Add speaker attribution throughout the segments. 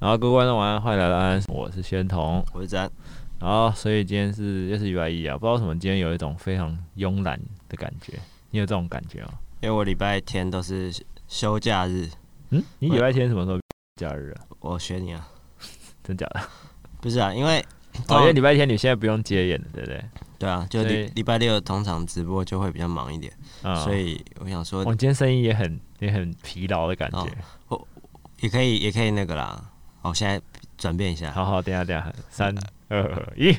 Speaker 1: 然后各位观众晚安，欢迎来到安安，我是宣彤。
Speaker 2: 我是詹，
Speaker 1: 然后所以今天是又是礼拜一啊，不知道为什么今天有一种非常慵懒的感觉，你有这种感觉吗？
Speaker 2: 因为我礼拜天都是休假日，
Speaker 1: 嗯，你礼拜天什么时候假日啊？
Speaker 2: 我学你啊，
Speaker 1: 真假 的？
Speaker 2: 不是啊，因为
Speaker 1: 哦，因为礼拜天你现在不用接演了，对不对？
Speaker 2: 对啊，就
Speaker 1: 所以
Speaker 2: 礼礼拜六通常直播就会比较忙一点，
Speaker 1: 嗯，
Speaker 2: 所以我想说
Speaker 1: 我哦今天声音也很也很疲劳的感觉。
Speaker 2: 哦也可以也可以那个啦。好，现在转变一下。
Speaker 1: 好好，等一下等一下，三二一，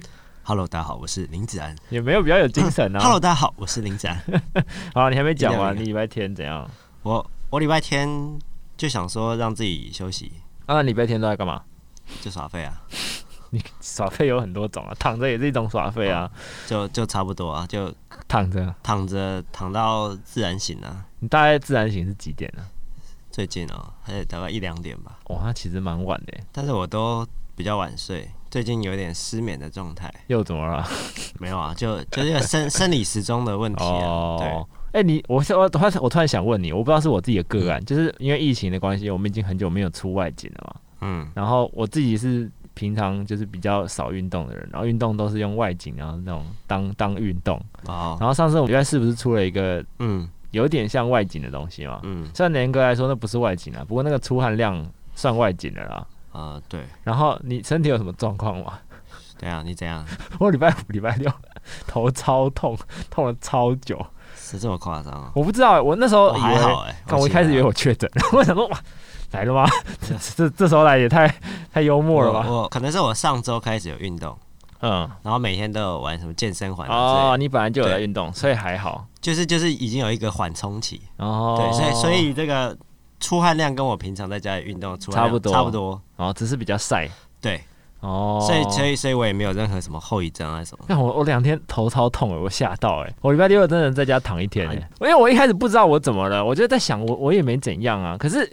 Speaker 2: Hello，大家好，我是林子安。
Speaker 1: 也没有比较有精神啊。
Speaker 2: Hello，大家好，我是林子安。
Speaker 1: 好啊，你还没讲
Speaker 2: 一两
Speaker 1: 完，
Speaker 2: 个
Speaker 1: 你礼拜天怎样？
Speaker 2: 我我礼拜天就想说让自己休息，
Speaker 1: 啊，礼拜天都在干嘛？
Speaker 2: 就耍废啊。
Speaker 1: 你耍废有很多种啊， 躺着也是一种耍废啊，
Speaker 2: 就就差不多啊，就
Speaker 1: 躺着。
Speaker 2: 躺着躺到自然醒啊。
Speaker 1: 你大概自然醒是几点呢、
Speaker 2: 最近哦，还有大概一两点吧，
Speaker 1: 啊？哇，那其实蛮晚的耶，
Speaker 2: 但是我都比较晚睡，最近有点失眠的状态。
Speaker 1: 又怎么了？
Speaker 2: 没有啊，就就是有生生理时钟的问题啊。
Speaker 1: 哦，哎、你我是我突然我突然想问你，我不知道是我自己的个
Speaker 2: 嗯
Speaker 1: 案，就是因为疫情的关系，我们已经很久没有出外景了嘛。
Speaker 2: 对，嗯，
Speaker 1: 然后我自己是平常就是比较少运动的人，然后运动都是用外景，然后那种当当运动。
Speaker 2: 哦，
Speaker 1: 然后上次我觉得是不是出了一个
Speaker 2: 嗯
Speaker 1: 有点像外景的东西嘛？
Speaker 2: 嗯
Speaker 1: 虽然严格来说那不是外景啊，不过那个出汗量算外景的啦。
Speaker 2: 啊，对，
Speaker 1: 然后你身体有什么状况吗？
Speaker 2: 对啊，你怎样？
Speaker 1: 我礼拜五、礼拜六 头超痛，痛了超久。
Speaker 2: 是这么夸张啊？
Speaker 1: 我不知道，我那时候
Speaker 2: 我
Speaker 1: 以
Speaker 2: 还
Speaker 1: 为
Speaker 2: 好哎，
Speaker 1: 看我一开始以为我确诊，我想说哇，来了吗？这这这时候来也太太幽默了
Speaker 2: 我
Speaker 1: 吧？
Speaker 2: 我可能是我上周开始有运动，
Speaker 1: 嗯，
Speaker 2: 然后每天都有玩什么健身环啊之
Speaker 1: 哦，
Speaker 2: 类的，
Speaker 1: 你本来就有在运动，所以还好。
Speaker 2: 就是就是已经有一个缓冲期。
Speaker 1: 哦，
Speaker 2: 对，所以所以这个出汗量跟我平常在家里运动的出汗量
Speaker 1: 差不多
Speaker 2: 差不多。
Speaker 1: 哦，只是比较晒
Speaker 2: 对，
Speaker 1: 哦，
Speaker 2: 所以所以所以我也没有任何什么后遗症啊什么。
Speaker 1: 那我我两天头超痛了，我吓到哎、我礼拜六真的在家躺一天哎、
Speaker 2: 哎
Speaker 1: 因为我一开始不知道我怎么了，我就在想我我也没怎样啊，可是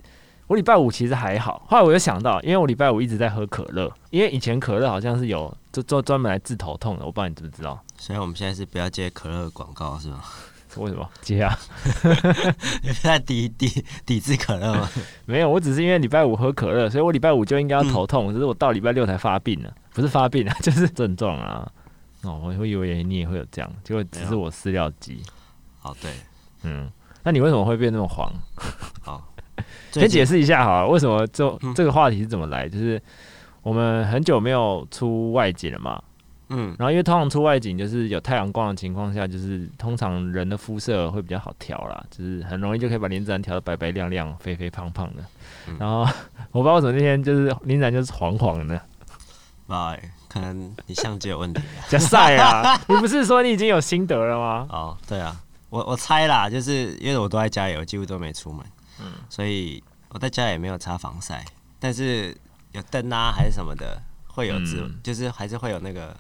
Speaker 1: 我礼拜五其实还好，后来我就想到，因为我礼拜五一直在喝可乐，因为以前可乐好像是有就专专门来治头痛的，我不知道你知不知道，
Speaker 2: 所以我们现在是不要接可乐的广告是吗？
Speaker 1: 为什么接啊？
Speaker 2: 在抵抵抵制可乐 吗？
Speaker 1: 没有，我只是因为礼拜五喝可乐，所以我礼拜五就应该要
Speaker 2: 嗯
Speaker 1: 头痛，只是我到礼拜六才发病了，不是发病啊， 就是症状啊。哦，我会以为你也会有这样，结果只
Speaker 2: 没
Speaker 1: 是
Speaker 2: 有
Speaker 1: 我饲料鸡。
Speaker 2: 哦对，
Speaker 1: 嗯，那你为什么会变那么黄？
Speaker 2: 最
Speaker 1: 先解
Speaker 2: 近
Speaker 1: 释一下好了，为什么这
Speaker 2: 嗯
Speaker 1: 这个话题是怎么来？就是我们很久没有出外景了嘛，
Speaker 2: 嗯
Speaker 1: 然后因为通常出外景就是有太阳光的情况下，就是通常人的肤色会比较好调啦，就是很容易就可以把林子然调得白白亮亮、肥肥胖胖的。
Speaker 2: 嗯
Speaker 1: 然后我不知道为什么那天就是林子然就是黄黄的，
Speaker 2: 吧，可能你相机有问题啊。
Speaker 1: 加晒啊！ 你不是说你已经有心得了吗？
Speaker 2: 哦对啊，我我猜啦，就是因为我都在家里，我几乎都没出门，嗯，所以我在家里也没有擦防晒，但是有灯啊还是什么的，会有紫，
Speaker 1: 嗯
Speaker 2: 就是还是会有那个。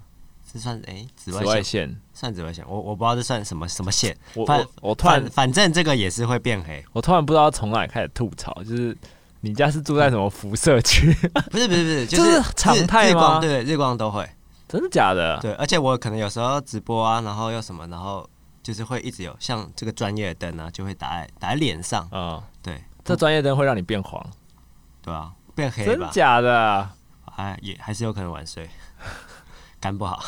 Speaker 2: 是算哎、紫
Speaker 1: 紫
Speaker 2: 外
Speaker 1: 外
Speaker 2: 线
Speaker 1: 线，
Speaker 2: 算紫外线，我我不知道这算什么什么线，
Speaker 1: 我
Speaker 2: 反
Speaker 1: 我我 突然
Speaker 2: 反反正这个也是会变黑，
Speaker 1: 我突然不知道从哪里开始吐槽，就是你家是住在什么辐射区？
Speaker 2: 不是不是不是，就
Speaker 1: 这
Speaker 2: 是
Speaker 1: 是常态
Speaker 2: 日日
Speaker 1: 吗啊
Speaker 2: 光对日光都会，
Speaker 1: 真的假的？
Speaker 2: 对，而且我可能有时候直播啊，然后又什么，然后就是会一直有像这个专业的灯啊，就会打在打在脸上，
Speaker 1: 啊、
Speaker 2: 对
Speaker 1: 这专业灯会让你变黄，
Speaker 2: 对啊，变黑
Speaker 1: 真
Speaker 2: 吧，
Speaker 1: 假的？
Speaker 2: 哎也还是有可能晚睡， 肝不好，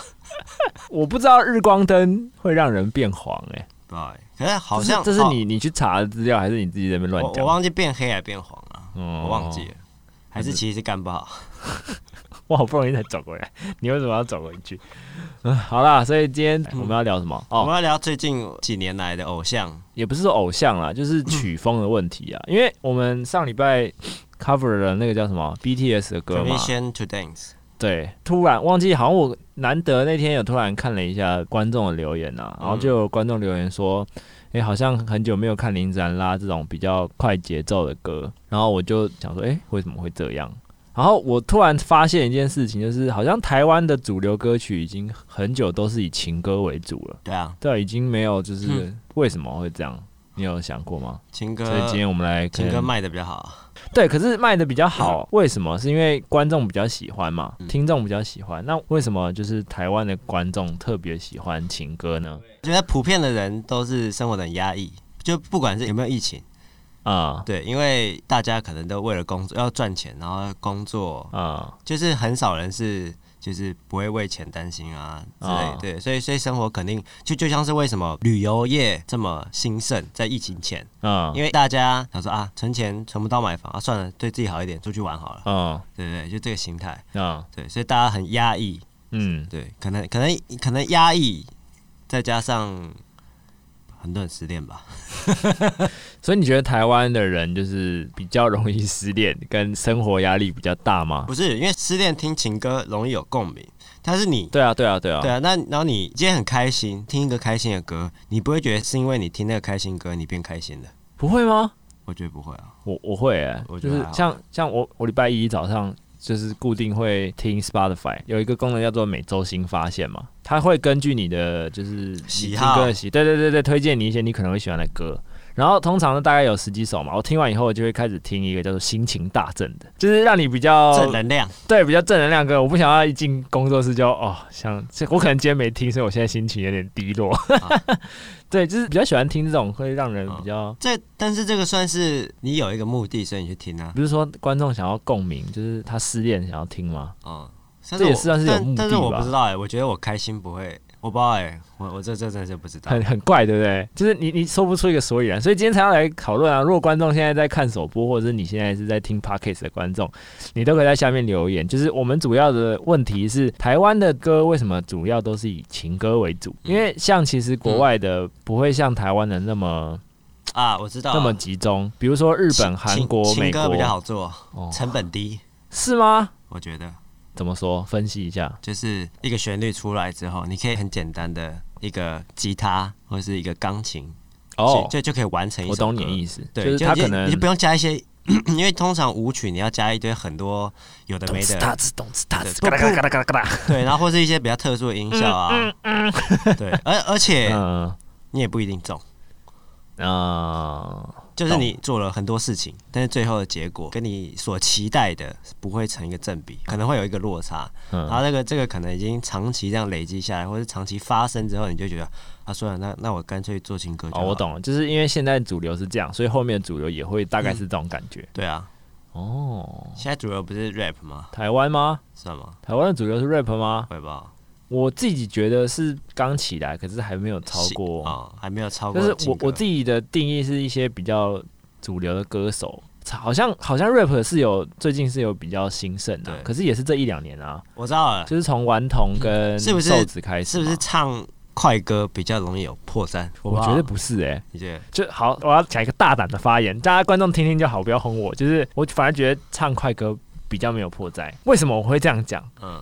Speaker 1: 我不知道日光灯会让人变黄、欸，哎，
Speaker 2: 不好，可是好像
Speaker 1: 这是
Speaker 2: 好
Speaker 1: 你你去查的资料，还是你自己在那边乱
Speaker 2: 我
Speaker 1: 讲？
Speaker 2: 我忘记变黑还变黄了，
Speaker 1: 嗯
Speaker 2: 我忘记 了，还是其实是肝不好，
Speaker 1: 我好不容易才走过来， 你为什么要走回去？嗯，好啦，所以今天我们要聊什么？
Speaker 2: 嗯我
Speaker 1: 哦，
Speaker 2: 们要聊最近几年来的偶像，
Speaker 1: 也不是说偶像
Speaker 2: 嗯
Speaker 1: 啦，就是曲风的问题啊，因为我们上礼拜 cover 了那个叫什么 BTS 的歌
Speaker 2: p e r
Speaker 1: 嘛
Speaker 2: m i，s s i o n to Dance，
Speaker 1: 对，突然忘记，好像我难得那天有突然看了一下观众的留言啊，
Speaker 2: 嗯
Speaker 1: 然后就有观众留言说，诶，好像很久没有看林子然拉这种比较快节奏的歌，然后我就想说，诶，为什么会这样？然后我突然发现一件事情，就是好像台湾的主流歌曲已经很久都是以情歌为主了，
Speaker 2: 对啊，
Speaker 1: 对，已经没有就是
Speaker 2: 嗯
Speaker 1: 为什么会这样，你有想过吗？
Speaker 2: 情
Speaker 1: 所以
Speaker 2: 歌
Speaker 1: 今天我们来可
Speaker 2: 嗯情歌
Speaker 1: 能
Speaker 2: 卖的比较好，
Speaker 1: 对，可是卖的比较好，为什么？是因为观众比较喜欢嘛，
Speaker 2: 嗯
Speaker 1: 听众比较喜欢。那为什么就是台湾的观众特别喜欢情歌呢？
Speaker 2: 我觉得普遍的人都是生活的很压抑，就不管是有没有疫情，
Speaker 1: 啊、
Speaker 2: 对，因为大家可能都为了工作要赚钱，然后工作
Speaker 1: 啊、
Speaker 2: 就是很少人是就是不会为钱担心啊之类的
Speaker 1: 哦
Speaker 2: 对，所以所以生活肯定就就像是为什么旅游业这么兴盛，在疫情前，
Speaker 1: 啊，
Speaker 2: 因为大家想说啊，存钱存不到买房啊，算了，对自己好一点，出去玩好了，
Speaker 1: 啊
Speaker 2: 对对对，就这个心态，
Speaker 1: 啊，
Speaker 2: 对，所以大家很压抑，
Speaker 1: 嗯，
Speaker 2: 对，可能可能可能压抑，再加上很多人失恋吧，
Speaker 1: 所以你觉得台湾的人就是比较容易失恋，跟生活压力比较大吗？
Speaker 2: 不是因为失恋听情歌容易有共鸣，但是你
Speaker 1: 对啊，对啊，对啊，
Speaker 2: 对啊，那然后你今天很开心，听一个开心的歌，你不会觉得是因为你听那个开心歌你变开心的？
Speaker 1: 不会吗？
Speaker 2: 我觉得不会啊。
Speaker 1: 我我会、欸，
Speaker 2: 我
Speaker 1: 就
Speaker 2: 觉
Speaker 1: 是
Speaker 2: 得还好
Speaker 1: 像像我我礼拜一早上就是固定会听 Spotify 有一个功能叫做每周新发现嘛，它会根据你的就是
Speaker 2: 喜
Speaker 1: 你听
Speaker 2: 好
Speaker 1: 歌的喜，对对对对，推荐你一些你可能会喜欢的歌。然后通常呢，大概有十几首嘛，我听完以后，我就会开始听一个叫做心情大振的，就是让你比较
Speaker 2: 正能量，
Speaker 1: 对比较正能量歌。我不想要一进工作室就哦，想我可能今天没听，所以我现在心情有点低落。
Speaker 2: 啊
Speaker 1: 对，就是比较喜欢听这种会让人比较。
Speaker 2: 这但是这个算是你有一个目的，所以你去听啊。
Speaker 1: 不是说观众想要共鸣，就是他失恋想要听吗？
Speaker 2: 嗯，但
Speaker 1: 这
Speaker 2: 我
Speaker 1: 也算是有目
Speaker 2: 但
Speaker 1: 的
Speaker 2: 但是我
Speaker 1: 吧
Speaker 2: 不知道哎、我觉得我开心不会，我不知道哎、我我这这真的是不知道。
Speaker 1: 很很怪，对不对？就是你你说不出一个所以然，所以今天才要来讨论啊。如果观众现在在看首播，或者是你现在是在听 podcast 的观众，你都可以在下面留言。就是我们主要的问题是，台湾的歌为什么主要都是以情歌为主？
Speaker 2: 嗯
Speaker 1: 因为像其实国外的不会像台湾的那么
Speaker 2: 啊，我知道啊。
Speaker 1: 那么集中，比如说日本、
Speaker 2: 情
Speaker 1: 韩
Speaker 2: 情
Speaker 1: 国、
Speaker 2: 情
Speaker 1: 美
Speaker 2: 歌
Speaker 1: 国
Speaker 2: 比较好做，
Speaker 1: 哦，
Speaker 2: 成本低，
Speaker 1: 是吗？
Speaker 2: 我觉得
Speaker 1: 怎么说？分析一下。
Speaker 2: 就是一个旋律出来之后，你可以很简单的一个吉他或者是一个钢琴，
Speaker 1: 哦
Speaker 2: 就，就就可以完成一首
Speaker 1: 我
Speaker 2: 歌。
Speaker 1: 懂你的意思，
Speaker 2: 对，
Speaker 1: 就是他可能
Speaker 2: 你就不用加一些，因为通常舞曲你要加一堆很多有的没的，
Speaker 1: 子咚子哒
Speaker 2: 对不
Speaker 1: 嘎嘎嘎嘎。
Speaker 2: 对，然后或是一些比较特殊的音效啊，对，而而且
Speaker 1: 嗯
Speaker 2: 你也不一定中，
Speaker 1: 啊，
Speaker 2: 就是你做了很多事情，但是最后的结果跟你所期待的不会成一个正比，可能会有一个落差，然
Speaker 1: 嗯
Speaker 2: 后那个这个可能已经长期这样累积下来，或是长期发生之后，你就觉得啊，算了，那那我干脆做情歌就
Speaker 1: 哦，
Speaker 2: 好
Speaker 1: 我，懂了，就是因为现在主流是这样，所以后面的主流也会大概是这种感觉。
Speaker 2: 对啊，
Speaker 1: 哦，
Speaker 2: 现在主流不是 rap 吗？
Speaker 1: 台湾吗？
Speaker 2: 算吗？
Speaker 1: 台湾的主流是 rap 吗？
Speaker 2: 会吧，
Speaker 1: 我自己觉得是刚起来，可是还没有超过。
Speaker 2: 啊、还没有超过
Speaker 1: 就
Speaker 2: 情歌，
Speaker 1: 是我我自己的定义是一些比较主流的歌手，好像好像 rap 是有最近是有比较兴盛的、
Speaker 2: 对
Speaker 1: 可是也是这一两年啊，
Speaker 2: 我知道了。
Speaker 1: 就是从顽童跟
Speaker 2: 是不是
Speaker 1: 瘦子开始
Speaker 2: 是
Speaker 1: 嘛，
Speaker 2: 不是唱快歌比较容易有破绽？
Speaker 1: 我觉得，不是哎、
Speaker 2: 你觉得？
Speaker 1: 就好，我要讲一个大胆的发言，大家观众听听就好，不要轰我。就是我反而觉得唱快歌比较没有破绽。为什么我会这样讲？
Speaker 2: 嗯，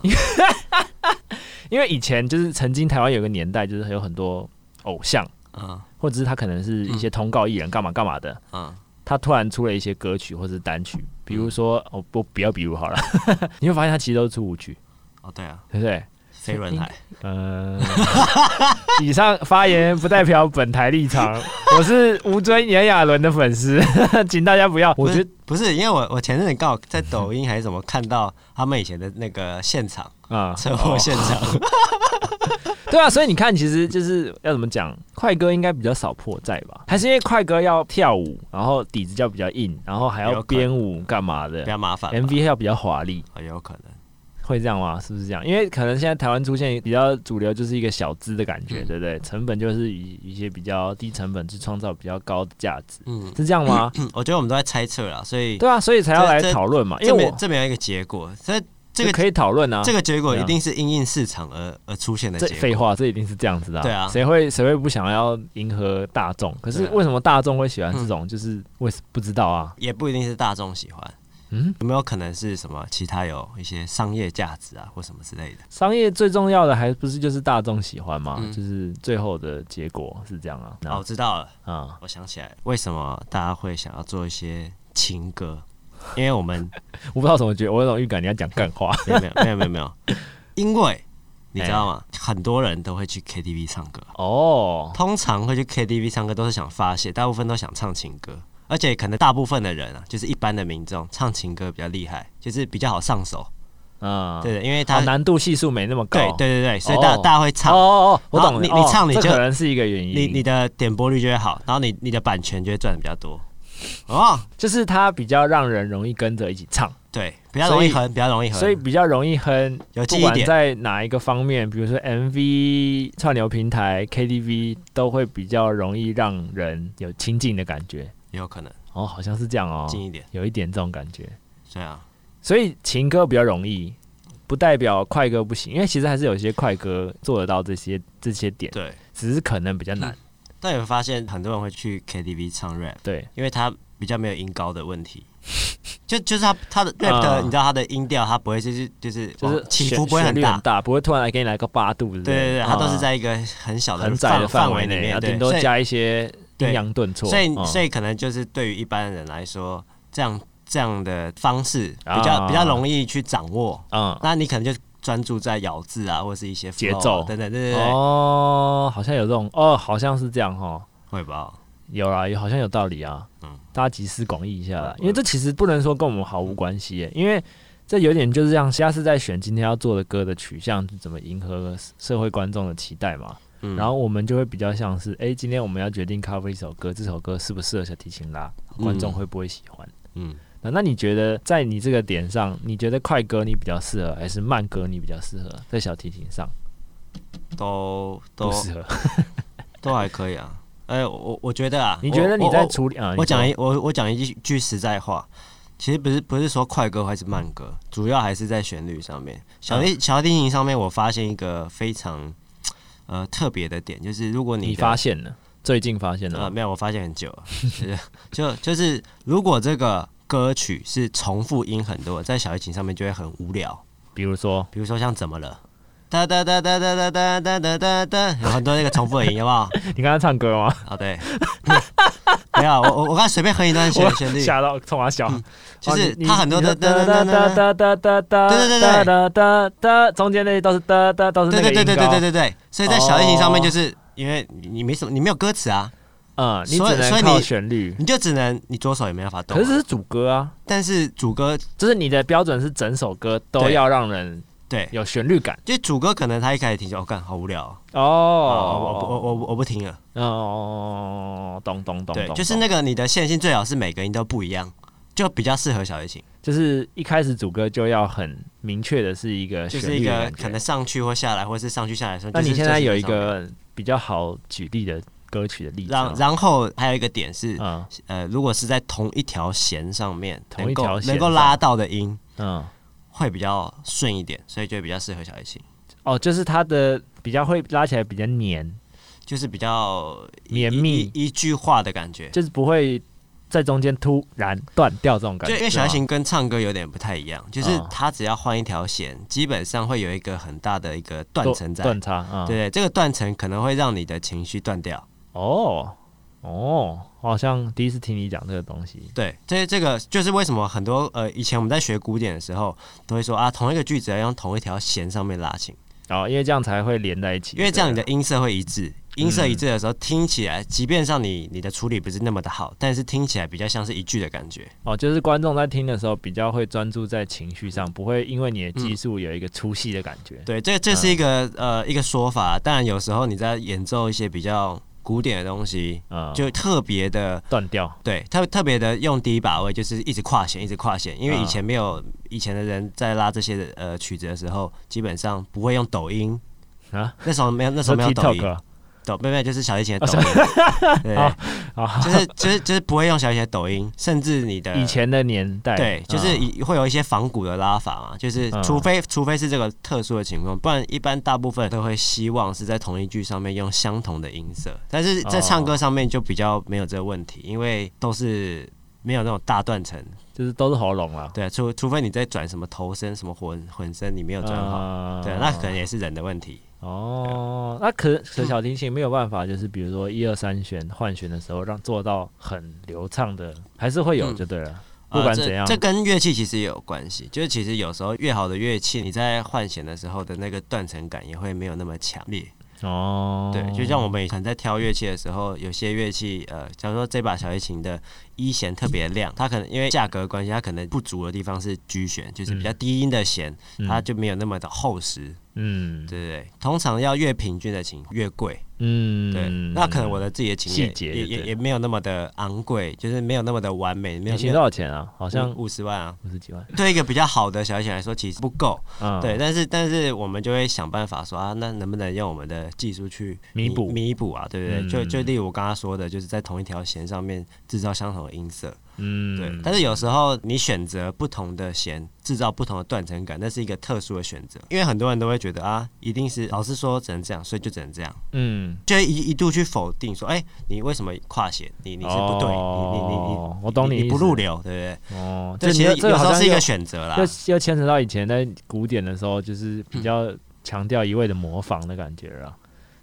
Speaker 1: 因为以前就是曾经台湾有个年代，就是有很多偶像，
Speaker 2: 嗯
Speaker 1: 或者是他可能是一些通告艺人干嘛干嘛的，
Speaker 2: 嗯，
Speaker 1: 他突然出了一些歌曲或者是单曲，比如说哦不不要比如好了， 你会发现他其实都是出舞曲，
Speaker 2: 哦对啊，
Speaker 1: 对不对？
Speaker 2: 飞轮海，
Speaker 1: 嗯，以上发言不代表本台立 场，我是吴尊炎亚纶的粉丝， 请大家不要。我觉得
Speaker 2: 不是因为我我前阵子刚好在抖音还是什么看到他们以前的那个 现场
Speaker 1: 啊，
Speaker 2: 车祸现场，
Speaker 1: 哦对啊，所以你看，其实就是要怎么讲，快歌应该比较少破绽吧？还是因为快歌要跳舞，然后底子要比较硬，然后还要
Speaker 2: 有可能
Speaker 1: 编舞干嘛
Speaker 2: 比
Speaker 1: 的
Speaker 2: 较麻烦吧。
Speaker 1: ？MV 要比较华丽，
Speaker 2: 哦有可能，
Speaker 1: 会这样吗？是不是这样？因为可能现在台湾出现比较主流就是一个小资的感觉，
Speaker 2: 嗯
Speaker 1: 对不对？成本就是以一些比较低成本去创造比较高的价值，
Speaker 2: 嗯，
Speaker 1: 是这样吗？
Speaker 2: 我觉得我们都在猜测啦，所以
Speaker 1: 对啊，所以才要来
Speaker 2: 这这
Speaker 1: 讨论嘛，因
Speaker 2: 这
Speaker 1: 为
Speaker 2: 没
Speaker 1: 我
Speaker 2: 这没有一个结果，所以这
Speaker 1: 就
Speaker 2: 个
Speaker 1: 可以讨论啊。
Speaker 2: 这个结果
Speaker 1: 对啊
Speaker 2: 一定是因应市场而而出现的
Speaker 1: 这
Speaker 2: 结
Speaker 1: 废
Speaker 2: 果。
Speaker 1: 话，这一定是这样子的、
Speaker 2: 对啊
Speaker 1: 谁会谁会不想要迎合大众？可是
Speaker 2: 对啊
Speaker 1: 为什么大众会喜欢这种？就是为什不知道啊？
Speaker 2: 也不一定是大众喜欢，
Speaker 1: 嗯，
Speaker 2: 有没有可能是什么其他有一些商业价值啊，或什么之类的？
Speaker 1: 商业最重要的还不是就是大众喜欢吗？
Speaker 2: 嗯
Speaker 1: 就是最后的结果是这样啊。
Speaker 2: 哦，我知道了，
Speaker 1: 啊、
Speaker 2: 我想起来，为什么大家会想要做一些情歌？因为 我们
Speaker 1: 我不知道怎么觉得，我有种预感你要讲干 话。
Speaker 2: 没有没有没有没有没有，因为你
Speaker 1: 哎
Speaker 2: 知道吗？很多人都会去 KTV 唱歌，
Speaker 1: 哦，
Speaker 2: 通常会去 KTV 唱歌都是想发泄，大部分都想唱情歌，而且可能大部分的人啊，就是一般的民众唱情歌比较厉害，就是比较好上手。
Speaker 1: 嗯，
Speaker 2: 对的，因为
Speaker 1: 好
Speaker 2: 他
Speaker 1: 难度系数没那么
Speaker 2: 对
Speaker 1: 高。
Speaker 2: 对对对，所以大
Speaker 1: 哦
Speaker 2: 大家会唱
Speaker 1: 哦，哦哦，我
Speaker 2: 然后
Speaker 1: 懂了
Speaker 2: 你
Speaker 1: 哦
Speaker 2: 你唱你
Speaker 1: 这
Speaker 2: 就
Speaker 1: 可能是一个原因。
Speaker 2: 你你的点播率就会好，然后你你的版权就会赚的比较多。哦，
Speaker 1: 就是它比较让人容易跟着一起唱，
Speaker 2: 对，比较容易
Speaker 1: 所
Speaker 2: 哼，比较容易哼。
Speaker 1: 所以比较容易哼。
Speaker 2: 有呃记
Speaker 1: 不
Speaker 2: 忆
Speaker 1: 管
Speaker 2: 点
Speaker 1: 在哪一个方面，比如说 MV、串流平台、KTV，都会比较容易让人有亲近的感觉。
Speaker 2: 也有可能
Speaker 1: 哦，好像是这样哦，
Speaker 2: 近一点，
Speaker 1: 有一点这种感觉。
Speaker 2: 对啊，
Speaker 1: 所以情歌比较容易，不代表快歌不行，因为其实还是有一些快歌做得到这些这些点，
Speaker 2: 对。嗯
Speaker 1: 只是可能比较难。
Speaker 2: 但有发现很多人会去 KTV 唱 rap，
Speaker 1: 对，
Speaker 2: 因为他比较没有音高的问题， 就就是他他的 rap 的，
Speaker 1: 嗯
Speaker 2: 你知道他的音调，他不会就是就是
Speaker 1: 就是
Speaker 2: 往哦起
Speaker 1: 旋
Speaker 2: 伏不会
Speaker 1: 旋
Speaker 2: 很
Speaker 1: 律
Speaker 2: 大
Speaker 1: 很。大，不会突然来给你来个八度之类的。
Speaker 2: 对对对，他都是
Speaker 1: 嗯
Speaker 2: 在一个很小的
Speaker 1: 很窄的
Speaker 2: 范
Speaker 1: 围
Speaker 2: 围里
Speaker 1: 内，
Speaker 2: 面，
Speaker 1: 然后
Speaker 2: 对，
Speaker 1: 顶多
Speaker 2: 所以
Speaker 1: 加一些
Speaker 2: 对
Speaker 1: 阴阳顿挫。
Speaker 2: 所以
Speaker 1: 嗯
Speaker 2: 所以可能就是对于一般人来说，这样这样的方式比较、
Speaker 1: 啊
Speaker 2: 比较容易去掌握。
Speaker 1: 嗯，
Speaker 2: 那你可能就专注在咬字啊，或是一些 flow 啊
Speaker 1: 节奏
Speaker 2: 等等，对对对，
Speaker 1: 哦，好像有这种，哦，好像是这样哦。
Speaker 2: 会吧？
Speaker 1: 有啦，有好像有道理啊。
Speaker 2: 嗯
Speaker 1: 大家集思广益一下啦，
Speaker 2: 嗯
Speaker 1: 因为这其实不能说跟我们毫无关系耶，因为这有点就是像下次在选今天要做的歌的取向，怎么迎合社会观众的期待嘛。
Speaker 2: 嗯
Speaker 1: 然后我们就会比较像是，哎、今天我们要决定 cover 一首歌，这首歌适不适合小提琴拉，观众
Speaker 2: 嗯
Speaker 1: 会不会喜欢？
Speaker 2: 嗯，
Speaker 1: 那那你觉得在你这个点上，你觉得快歌你比较适合，还是慢歌你比较适合？在小提琴上
Speaker 2: 都
Speaker 1: 不
Speaker 2: 都
Speaker 1: 适合。
Speaker 2: 都还可以啊。哎、我我觉得啊，
Speaker 1: 你觉得你
Speaker 2: 我
Speaker 1: 在
Speaker 2: 我
Speaker 1: 处理啊？
Speaker 2: 我
Speaker 1: 你说
Speaker 2: 讲一我我讲一句实在话，其实不是不是说快歌还是慢歌，主要还是在旋律上面。小
Speaker 1: 嗯
Speaker 2: 提小提琴上面，我发现一个非常呃特别的点，就是如果你
Speaker 1: 你
Speaker 2: 的
Speaker 1: 发现了，最近发现了
Speaker 2: 啊、
Speaker 1: 吗，
Speaker 2: 没有，我发现很久了，就是就就是如果这个歌曲是重复音很多，在小提琴上面就会很无聊。
Speaker 1: 比如说，
Speaker 2: 比如说像怎么了，哒哒哒哒哒哒哒哒哒哒哒，有很多那个重复的音，好 不好？
Speaker 1: 你刚刚唱歌吗？
Speaker 2: 啊，对， 没有，我我我刚才随便哼一段旋旋律，
Speaker 1: 吓到冲啊笑，
Speaker 2: 就是
Speaker 1: 哦你
Speaker 2: 它很多
Speaker 1: 你
Speaker 2: 的
Speaker 1: 你哒哒哒哒哒哒哒，
Speaker 2: 对对对对
Speaker 1: 哒哒哒，中间那些都是哒哒，都是
Speaker 2: 对
Speaker 1: 那个
Speaker 2: 对对对
Speaker 1: 音
Speaker 2: 对
Speaker 1: 高哦
Speaker 2: 对对对，所以在小提琴上面就是。因为你你没什么，你没有歌词啊，
Speaker 1: 嗯，你
Speaker 2: 所以
Speaker 1: 只
Speaker 2: 所
Speaker 1: 能
Speaker 2: 以
Speaker 1: 靠
Speaker 2: 你
Speaker 1: 旋律，
Speaker 2: 你就只能你左手也没办法动
Speaker 1: 可
Speaker 2: 啊。
Speaker 1: 是这是主歌啊，
Speaker 2: 但是主歌
Speaker 1: 就是你的标准是整首歌都
Speaker 2: 对
Speaker 1: 要让人
Speaker 2: 对，
Speaker 1: 有旋律感
Speaker 2: 就主歌可能他一开始听说，我、干好无聊哦、哦，我我
Speaker 1: 哦。
Speaker 2: 我我我不听了。
Speaker 1: 哦，懂懂懂
Speaker 2: 对，
Speaker 1: 懂，
Speaker 2: 就是
Speaker 1: 懂
Speaker 2: 那个你的线性最好是每个音都不一样，就比较适合小提琴，
Speaker 1: 就是一开始主歌就要很明确的是一个
Speaker 2: 就
Speaker 1: 旋
Speaker 2: 是一
Speaker 1: 律的
Speaker 2: 个
Speaker 1: 感觉
Speaker 2: 可能上去或下来，或是上去下来的时候。
Speaker 1: 那
Speaker 2: 就
Speaker 1: 你
Speaker 2: 是
Speaker 1: 现在有一，
Speaker 2: 就是这种
Speaker 1: 个比较好举例的歌曲的例子
Speaker 2: 然
Speaker 1: 吗，
Speaker 2: 然后还有一个点是，
Speaker 1: 嗯
Speaker 2: 呃，如果是在同一条弦上面，
Speaker 1: 同
Speaker 2: 能
Speaker 1: 一条
Speaker 2: 够
Speaker 1: 弦
Speaker 2: 能够
Speaker 1: 上
Speaker 2: 拉到的音
Speaker 1: 嗯，
Speaker 2: 会比较顺一点，所以就比较适合小提琴，
Speaker 1: 哦，就是它的比较会拉起来比较黏，
Speaker 2: 就是比较
Speaker 1: 绵
Speaker 2: 一
Speaker 1: 密
Speaker 2: 一一句话的感觉。
Speaker 1: 就是不会在中间突然断掉这种感
Speaker 2: 就
Speaker 1: 觉。
Speaker 2: 因为小提
Speaker 1: 是吗
Speaker 2: 琴跟唱歌有点不太一样，就是
Speaker 1: 嗯
Speaker 2: 它只要换一条弦，基本上会有一个很大的一个断层在。
Speaker 1: 断差啊，
Speaker 2: 对，这个断层可能会让你的情绪断掉。
Speaker 1: 哦哦，我好像第一次听你讲这个东西，
Speaker 2: 对，这这个就是为什么很多呃，以前我们在学古典的时候，都会说啊，同一个句子要用同一条弦上面拉琴，
Speaker 1: 然、哦后因为这样才会连在一起，
Speaker 2: 因为这样你
Speaker 1: 对
Speaker 2: 的音色会一
Speaker 1: 嗯
Speaker 2: 致。音色一致的时候，听起来，即便上你你的处理不是那么的好，但是听起来比较像是一句的感觉。
Speaker 1: 哦，就是观众在听的时候比较会专注在情绪上，不会因为你的技术有一个粗细的感觉。
Speaker 2: 嗯对，这这是一个、呃一个说法。当然，有时候你在演奏一些比较古典的东西，
Speaker 1: 嗯，
Speaker 2: 就特别的
Speaker 1: 断掉，
Speaker 2: 对，特特别的用第一把位，就是一直跨弦，一直跨弦，因为
Speaker 1: 啊
Speaker 2: 以前没有以前的人在拉这些呃曲子的时候，基本上不会用抖音
Speaker 1: 啊，
Speaker 2: 那时候没有那时候没有抖音，
Speaker 1: TikTok 啊
Speaker 2: 抖没有没有就是小提琴
Speaker 1: 哦
Speaker 2: 的抖音，
Speaker 1: 好
Speaker 2: 对，
Speaker 1: 啊，
Speaker 2: 就是就是就是不会用小提琴的抖音，甚至你的
Speaker 1: 以前的年代，
Speaker 2: 呃对，就是
Speaker 1: 嗯
Speaker 2: 以会有一些仿古的拉法嘛，就是
Speaker 1: 嗯
Speaker 2: 除非除非是这个特殊的情况，不然一般大部分都会希望是在同一句上面用
Speaker 1: 哦
Speaker 2: 相同的音色，但是在唱歌上面就比较没有这个问题，因为都是没有那种大断层，
Speaker 1: 就是都是喉咙啦。
Speaker 2: 对啊，除除非你在转什么头身、什么混混身，你没有转好，
Speaker 1: 啊
Speaker 2: 对啊，那可能也是人的问题。
Speaker 1: 哦，那可可小提琴没有办法，就是比如说一二三弦换弦的时候，让做到很流畅的，还是会有就对了。不
Speaker 2: 呃
Speaker 1: 管
Speaker 2: 这
Speaker 1: 怎样，
Speaker 2: 这跟乐器其实也有关系，就是其实有时候越好的乐器，你在换弦的时候的那个断层感也会没有那么强烈。
Speaker 1: 哦，
Speaker 2: 对，就像我们以前在挑乐器的时候，有些乐器，呃，假如说这把小提琴的一弦特别亮，它可能因为价格关系，它可能不足的地方是 G 弦，就是比较低音的弦，
Speaker 1: 嗯
Speaker 2: 它就没有那么的厚实，
Speaker 1: 嗯
Speaker 2: 对不对？通常要越平均的琴越贵，
Speaker 1: 嗯，
Speaker 2: 对，那可能我的自己的琴也
Speaker 1: 细节
Speaker 2: 也
Speaker 1: 就
Speaker 2: 也
Speaker 1: 对
Speaker 2: 也没有那么的昂贵，就是没有那么的完美，没有
Speaker 1: 你琴多少钱啊？好
Speaker 2: 好
Speaker 1: 像
Speaker 2: 五十万啊。
Speaker 1: 五十几万。
Speaker 2: 对一个比较好的小提琴来说，其实不够，
Speaker 1: 嗯，
Speaker 2: 对，，但是但是我们就会想办法说啊，那能不能用我们的技术去
Speaker 1: 弥补
Speaker 2: 弥补啊，对不对？
Speaker 1: 嗯
Speaker 2: 就就例如我刚刚说的，就是在同一条弦上面制造相同的音色，
Speaker 1: 嗯，
Speaker 2: 对。但是有时候你选择不同的弦，制造不同的断层感，那是一个特殊的选择，因为很多人都会觉得啊，一定是老师说只能这样，所以就只能这样，
Speaker 1: 嗯，
Speaker 2: 就一一度去否定说，哎、你为什么跨弦？你你是不对，
Speaker 1: 哦我
Speaker 2: 你你你
Speaker 1: 懂
Speaker 2: 你你
Speaker 1: 意
Speaker 2: 不
Speaker 1: 思
Speaker 2: 入流，对不对？
Speaker 1: 哦，
Speaker 2: 这
Speaker 1: 你
Speaker 2: 其
Speaker 1: 要
Speaker 2: 实
Speaker 1: 这
Speaker 2: 有时
Speaker 1: 好
Speaker 2: 候
Speaker 1: 像
Speaker 2: 是一
Speaker 1: 又
Speaker 2: 个选择啦
Speaker 1: 又，又牵扯到以前在古典的时候，就是
Speaker 2: 嗯
Speaker 1: 比较强调一味的模仿的感觉了。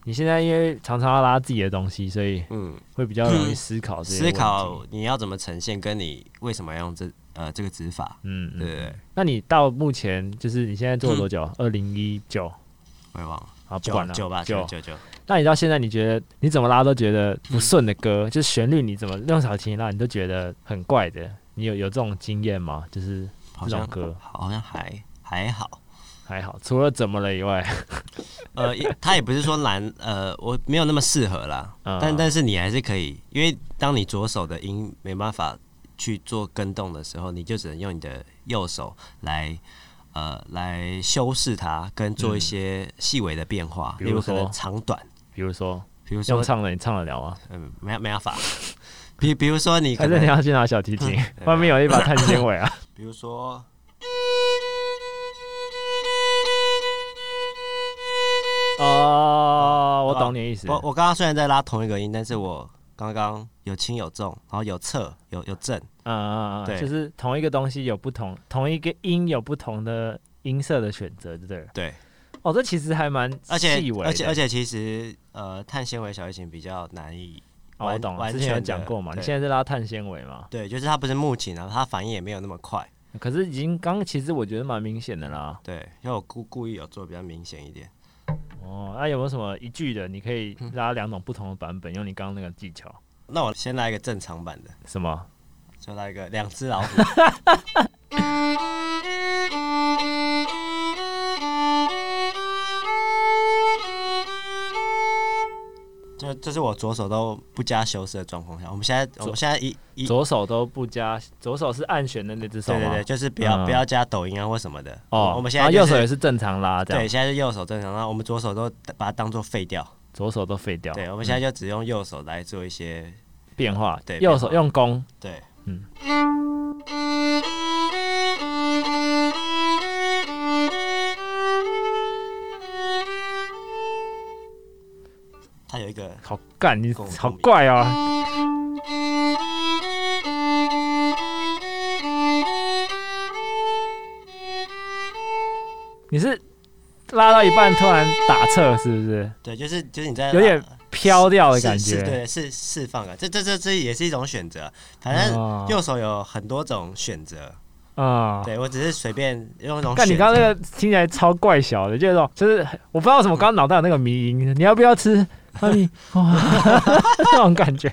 Speaker 1: 你现在因为常常要拉自己的东西，所以
Speaker 2: 嗯。
Speaker 1: 会比较容易思考这些
Speaker 2: 思
Speaker 1: 问题
Speaker 2: 考，你要怎么呈现，跟你为什么要用这呃这个指法，
Speaker 1: 嗯，嗯
Speaker 2: 对对对，
Speaker 1: 那你到目前就是你现在做了多久？二零一九
Speaker 2: 我也忘了，
Speaker 1: 啊，不管了，
Speaker 2: 九九吧，九
Speaker 1: 九。
Speaker 2: 九嗯九，
Speaker 1: 那你到现在，你觉得你怎么拉都觉得不顺的歌，就是旋律你怎么用小提琴拉，你都觉得很怪的。你有有这种经验吗？就是
Speaker 2: 好
Speaker 1: 这
Speaker 2: 像
Speaker 1: 种歌
Speaker 2: 好像还还好，
Speaker 1: 还好，除了怎么了以外，
Speaker 2: 呃，也他也不是说难， 呃，我没有那么适合啦，
Speaker 1: 嗯
Speaker 2: 但但是你还是可以，因为当你左手的音没办法去做跟动的时候，你就只能用你的右手来。呃，来修饰它，跟做一些细微的变化，
Speaker 1: 比
Speaker 2: 例
Speaker 1: 如
Speaker 2: 如可能
Speaker 1: 说
Speaker 2: 长短，
Speaker 1: 比如说
Speaker 2: 比如
Speaker 1: 用
Speaker 2: 说，
Speaker 1: 唱的，你唱得了吗？
Speaker 2: 嗯，没没办法，比比如说你可
Speaker 1: 还是你
Speaker 2: 能，嗯
Speaker 1: 要去拿小提琴？ 外面有一把碳纤 维啊。
Speaker 2: 比如说
Speaker 1: 哦，我懂你的意思。
Speaker 2: 我我刚刚虽然在拉同一个音，但是我刚刚有轻有重，然后有侧有有正，
Speaker 1: 嗯嗯嗯嗯，
Speaker 2: 对
Speaker 1: 就是同一个东西有不同，同一个音有不同的音色的选择，对不对？
Speaker 2: 对，
Speaker 1: 哦，这其实还蛮
Speaker 2: 而且
Speaker 1: 细微的
Speaker 2: 而且而且其实呃碳纤维小提琴比较难以，
Speaker 1: 哦，我懂了，
Speaker 2: 完
Speaker 1: 之前有
Speaker 2: 完全的
Speaker 1: 讲过嘛，你
Speaker 2: 对
Speaker 1: 现在是拉碳纤维嘛，
Speaker 2: 对，就是它不是木琴啊，它反应也没有那么快，
Speaker 1: 可是已经刚其实我觉得蛮明显的啦。
Speaker 2: 对，因为我故故意有做比较明显一点，
Speaker 1: 哦，那有没有什么一句的，你可以
Speaker 2: 嗯
Speaker 1: 拉两种不同的版本，用你刚刚那个技巧？
Speaker 2: 那我先来一个正常版的，
Speaker 1: 什么？
Speaker 2: 就来一个两只老虎， 这这是我左手都不加修饰的状况下，我们现在我们现在一一
Speaker 1: 左手都不加，左手是按弦的那只手
Speaker 2: 对
Speaker 1: 吗？
Speaker 2: 对对，就是不要、
Speaker 1: 嗯
Speaker 2: 不要加抖音啊或什么的。
Speaker 1: 哦，
Speaker 2: 我们现
Speaker 1: 然
Speaker 2: 在、
Speaker 1: 后右
Speaker 2: 就是
Speaker 1: 手也是正常拉这
Speaker 2: 对，
Speaker 1: 样，
Speaker 2: 现在是右手正常，然后我们左手都把它当做废掉。
Speaker 1: 左手都废掉。
Speaker 2: 对，我们现在就只用右手来做一些
Speaker 1: 变化，
Speaker 2: 对
Speaker 1: 右手
Speaker 2: 变
Speaker 1: 用弓，
Speaker 2: 对，
Speaker 1: 嗯
Speaker 2: 嗯。它有一个
Speaker 1: 好干，你
Speaker 2: 弓
Speaker 1: 好
Speaker 2: 弓
Speaker 1: 怪哦。你是拉到一半突然打侧，是不是
Speaker 2: 对，就是就是你在啊
Speaker 1: 有点飘掉的
Speaker 2: 是
Speaker 1: 感
Speaker 2: 是
Speaker 1: 觉？
Speaker 2: 对，是释放感。这这这这也是一种选择，反正
Speaker 1: 哦
Speaker 2: 右手有很多种选择。
Speaker 1: 啊。
Speaker 2: 对我只是随便用一种选择。
Speaker 1: 看你刚刚那个听起来超怪小的，就是那种就是我不知道为什么，刚刚脑袋有那个迷音，你要不要吃？妈咪，哇， 那种感觉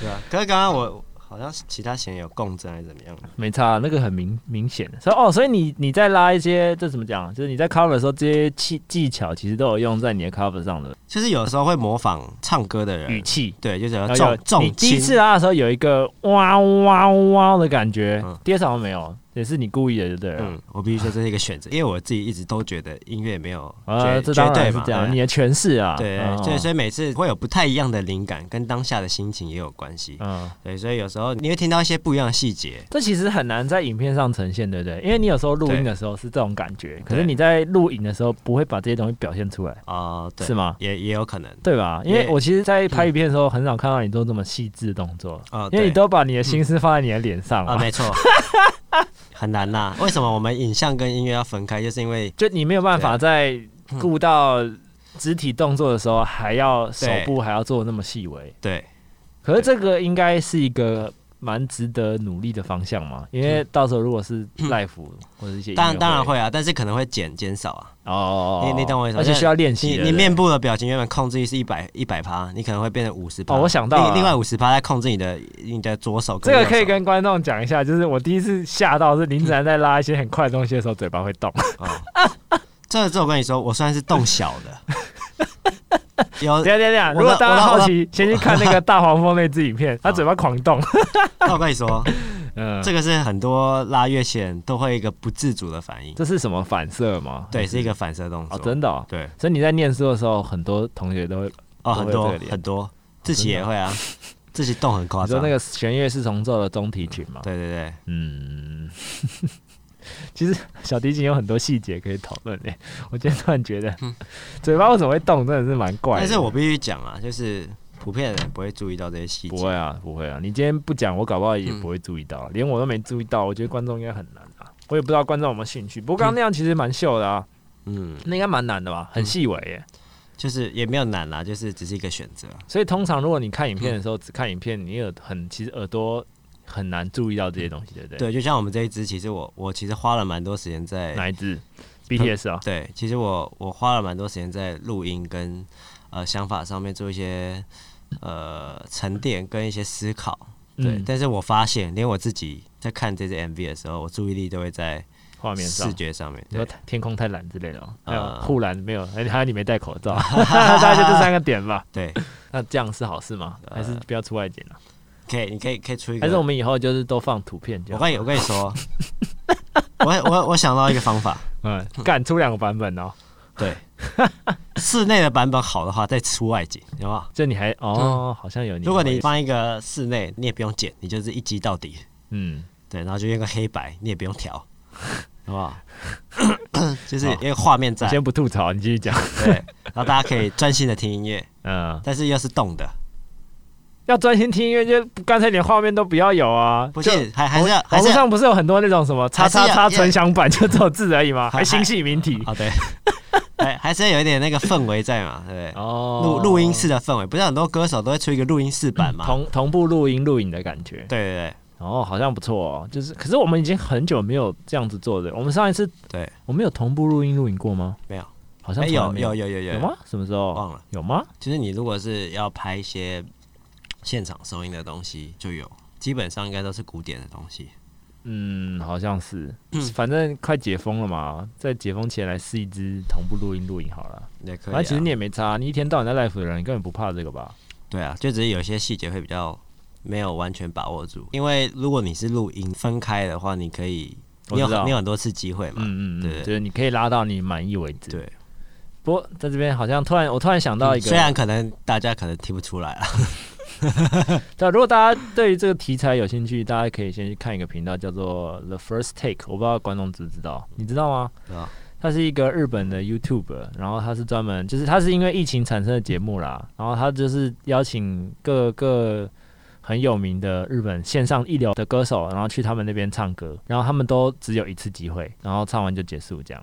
Speaker 2: 对啊，可是刚刚我好像其他弦有共振还是怎么样？
Speaker 1: 没差，啊那个很明明显。所以哦，所以你你在拉一些这怎么讲？就是你在 cover 的时候，这些技技巧其实都有用在你的 cover 上的
Speaker 2: 就是有时候会模仿唱歌的
Speaker 1: 语
Speaker 2: 人，
Speaker 1: 气。
Speaker 2: 对，就是有
Speaker 1: 然后有
Speaker 2: 重
Speaker 1: 你
Speaker 2: 重
Speaker 1: 第一啊
Speaker 2: 轻。
Speaker 1: 次拉的时候有一个哇哇哇的感觉
Speaker 2: 嗯，
Speaker 1: 第二次好像没有，也是你故意的，对不对了？
Speaker 2: 嗯，我必须说这是一个选择，因为我自己一直都觉得音乐没有
Speaker 1: 啊，
Speaker 2: 绝
Speaker 1: 这
Speaker 2: 绝
Speaker 1: 当
Speaker 2: 对
Speaker 1: 然是
Speaker 2: 嘛，
Speaker 1: 这样，
Speaker 2: 对
Speaker 1: 你的诠释啊，
Speaker 2: 对
Speaker 1: 嗯，
Speaker 2: 所以所以每次会有不太一样的灵感，跟当下的心情也有关系。
Speaker 1: 嗯，
Speaker 2: 对，所以有时候你会听到一些不一样的细节。
Speaker 1: 这其实很难在影片上呈现，对不对？因为你有时候录音的时候是这种感觉，可是你在录影的时候不会把这些东西表现出来，
Speaker 2: 哦，对，嗯
Speaker 1: 是吗？
Speaker 2: 也也有可能。
Speaker 1: 对吧？因为
Speaker 2: 也
Speaker 1: 我其实，在拍影片的时候，很少看到你做这么细致的动作，
Speaker 2: 哦，
Speaker 1: 因为
Speaker 2: 对
Speaker 1: 你都把你的心思放在你的脸上
Speaker 2: 啊，
Speaker 1: 嘛，
Speaker 2: 没错，很难呐。为什么我们影像跟音乐要分开？就是因为
Speaker 1: 就你没有办
Speaker 2: 啊
Speaker 1: 法在顾到肢体动作的时候，还要手部还要做得那么细微。
Speaker 2: 对
Speaker 1: 可是这个应该是一个蛮值得努力的方向嘛，因为到时候如果是 live 或者一些音乐
Speaker 2: 嗯当然当然会啊，但是可能会减减少啊。
Speaker 1: 哦，
Speaker 2: 你你懂我意思吗
Speaker 1: 而且需要练习
Speaker 2: 你
Speaker 1: 的。
Speaker 2: 你
Speaker 1: 对
Speaker 2: 面部的表情原本控制力是一百一百趴，你可能会变成五十趴。
Speaker 1: 哦我想到了
Speaker 2: 另另外五十趴在控制你的你的左手。
Speaker 1: 这个可以跟观众讲一下，就是我第一次吓到是林子然在拉一些很快的东西的时候，嘴巴会 动。
Speaker 2: 哦，这个这我跟你说，我算是动小 的。
Speaker 1: 等一
Speaker 2: 有
Speaker 1: 下等一下，
Speaker 2: 我的
Speaker 1: 如果大家
Speaker 2: 我
Speaker 1: 好
Speaker 2: 的
Speaker 1: 奇，先去看那个大黄蜂那支影片， 他嘴巴狂动。
Speaker 2: 那我跟你说，
Speaker 1: 嗯，
Speaker 2: 这个是很多拉乐器人都会一个不自主的反应，
Speaker 1: 这是什么反射吗？
Speaker 2: 对，是一个反射动
Speaker 1: 哦，
Speaker 2: 作。
Speaker 1: 真的哦。
Speaker 2: 对，
Speaker 1: 所以你在念书的时候，很多同学都会，都会
Speaker 2: 哦，很
Speaker 1: 有这
Speaker 2: 多
Speaker 1: 个脸
Speaker 2: 很多，自己也会啊， 自己动很夸
Speaker 1: 你说
Speaker 2: 张。
Speaker 1: 那个弦乐四重奏的中提琴嘛？
Speaker 2: 对对对，
Speaker 1: 嗯， 其实小提琴有很多细节可以讨论诶。 我今天突然觉得，嘴巴为什么会动，真的是蛮怪的。
Speaker 2: 嗯但是我必须讲啊，就是普遍的人不会注意到这些细
Speaker 1: 不
Speaker 2: 节。
Speaker 1: 会啊，不会啊，你今天不讲，我搞不好
Speaker 2: 嗯
Speaker 1: 也不会注意到，连我都没注意到。我觉得观众应该很难啊，我也不知道观众有没有兴趣。不过刚刚那样其实蛮秀的啊，
Speaker 2: 嗯，
Speaker 1: 那应该蛮难的吧，很细微耶。
Speaker 2: 就是也没有难啦，就是只是一个选择。
Speaker 1: 所以通常如果你看影
Speaker 2: 嗯
Speaker 1: 片的时候，只看影片，你耳很其实耳朵很难注意到这些东西，对不对？
Speaker 2: 对，就像我们这一支，其实我我其实花了蛮多时间在
Speaker 1: 哪一支？BTS 啊，
Speaker 2: 对，其实我我花了蛮多时间在录音跟呃想法上面做一些呃沉淀跟一些思考。对，
Speaker 1: 嗯
Speaker 2: 但是我发现，连我自己在看这支 MV 的时候，我注意力都会在
Speaker 1: 画面上
Speaker 2: 视。觉上面。
Speaker 1: 你
Speaker 2: 对
Speaker 1: 说，天空太蓝之类的哦，还有
Speaker 2: 呃
Speaker 1: 护栏没有，还有你没戴口 罩，大概就这三个点吧。
Speaker 2: 对，
Speaker 1: 那这样是好事吗？还是不要出外景啊？
Speaker 2: 可以，你可以可以出一呃个。
Speaker 1: 还是我们以后就是都放图片就
Speaker 2: 我
Speaker 1: 好？
Speaker 2: 跟你我跟你说， 我我我想到一个方法，
Speaker 1: 嗯，干出两个版本哦，
Speaker 2: 对，室内的版本好的话，再出外景，有没有？
Speaker 1: 这你还哦，好像有你。
Speaker 2: 嗯如果你放一个室内，你也不用剪，你就是一击到底，
Speaker 1: 嗯，
Speaker 2: 对，然后就用个黑白，你也不用调，好不好？ 就是
Speaker 1: 哦
Speaker 2: 因为画面在
Speaker 1: 我，先不吐槽，你继续讲。
Speaker 2: 对，然后大家可以专心的听音乐，
Speaker 1: 嗯，
Speaker 2: 但是又是动的，
Speaker 1: 要专心听音乐，就干脆连画面都不要有啊。
Speaker 2: 不
Speaker 1: 就是
Speaker 2: 还还是要还
Speaker 1: 网络
Speaker 2: 是要
Speaker 1: 上不是有很多那种什么叉
Speaker 2: 还是
Speaker 1: 叉
Speaker 2: 要
Speaker 1: 叉纯享版，就只有字而已吗？
Speaker 2: 还
Speaker 1: 还星系名体
Speaker 2: 啊对， 还还是要有一点那个氛围在嘛，对不对？
Speaker 1: 哦
Speaker 2: 录录音室的氛围，不是很多歌手都会出一个录音室版嘛？
Speaker 1: 嗯同同步录音录影的感觉。
Speaker 2: 对对
Speaker 1: 哦，好像不错哦。就是，可是我们已经很久没有这样子做的。我们上一次
Speaker 2: 对对，
Speaker 1: 我们有同步录音录影过吗？
Speaker 2: 没有，
Speaker 1: 好像
Speaker 2: 哎
Speaker 1: 从来
Speaker 2: 有
Speaker 1: 没
Speaker 2: 有有有
Speaker 1: 有？吗？什么时候
Speaker 2: 忘了，
Speaker 1: 有吗？
Speaker 2: 就是你如果是要拍一些现场收音的东西，就有，基本上应该都是古典的东西。
Speaker 1: 嗯，好像是，反正快解封了嘛，在解封前来试一支同步录音录影好了。
Speaker 2: 也可以、
Speaker 1: 反
Speaker 2: 啊，
Speaker 1: 正其实你也没差，你一天到晚在 live 的人，你根本不怕这个吧？
Speaker 2: 对啊，就只是有些细节会比较没有完全把握住，因为如果你是录音分开的话，你可以，
Speaker 1: 我
Speaker 2: 你有
Speaker 1: 知道
Speaker 2: 你有很多次机会嘛。
Speaker 1: 嗯嗯嗯，
Speaker 2: 对
Speaker 1: 就是你可以拉到你满意为止。
Speaker 2: 对，嗯
Speaker 1: 不过在这边好像突然，我突然想到一个，
Speaker 2: 虽然可能大家可能听不出来啊，
Speaker 1: 对，啊如果大家对于这个题材有兴趣，大家可以先去看一个频道，叫做 The First Take。我不知道观众知不知道，你知道吗？
Speaker 2: 知道
Speaker 1: 它是一个日本的 YouTube，然后它是专门就是它是因为疫情产生的节目啦，然后它就是邀请各个很有名的日本线上一流的歌手，然后去他们那边唱歌，然后他们都只有一次机会，然后唱完就结束这样。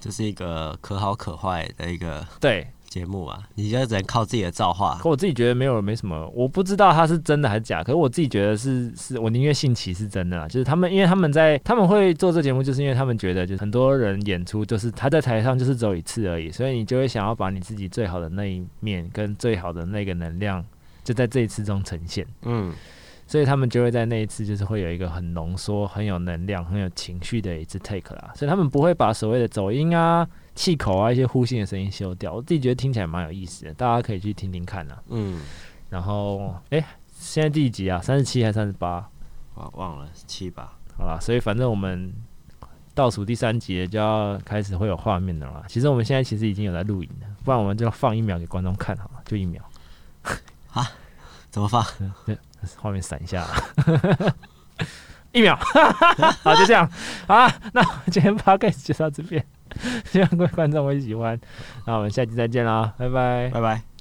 Speaker 2: 这是一个可好可坏的一个
Speaker 1: 对，
Speaker 2: 节目啊，你就只能靠自己的造化。
Speaker 1: 可我自己觉得没有没什么，我不知道它是真的还是假，可是我自己觉得是是我宁愿信其是真的啦。就是他们，因为他们在他们会做这节目，就是因为他们觉得就是很多人演出就是他在台上就是只有一次而已，所以你就会想要把你自己最好的那一面跟最好的那个能量就在这一次中呈现，
Speaker 2: 嗯，
Speaker 1: 所以他们就会在那一次就是会有一个很浓缩、很有能量、很有情绪的一次 take 啦，所以他们不会把所谓的走音啊、气口啊一些呼吸的声音修掉。我自己觉得听起来蛮有意思的，大家可以去听听看啊。
Speaker 2: 嗯，
Speaker 1: 然后，哎、现在第几集啊？三十七还是三十八？
Speaker 2: 我忘了七吧，
Speaker 1: 好啦，所以反正我们倒数第三集就要开始会有画面的啦。其实我们现在其实已经有在录影了，不然我们就放一秒给观众看好了，就一秒，
Speaker 2: 怎么发？
Speaker 1: 画面闪一下 啦，一秒， 好，就这样啊。那我们今天 podcast 就到这边，希望各位观众会喜欢。那我们下期再见啦，拜拜。
Speaker 2: 拜拜。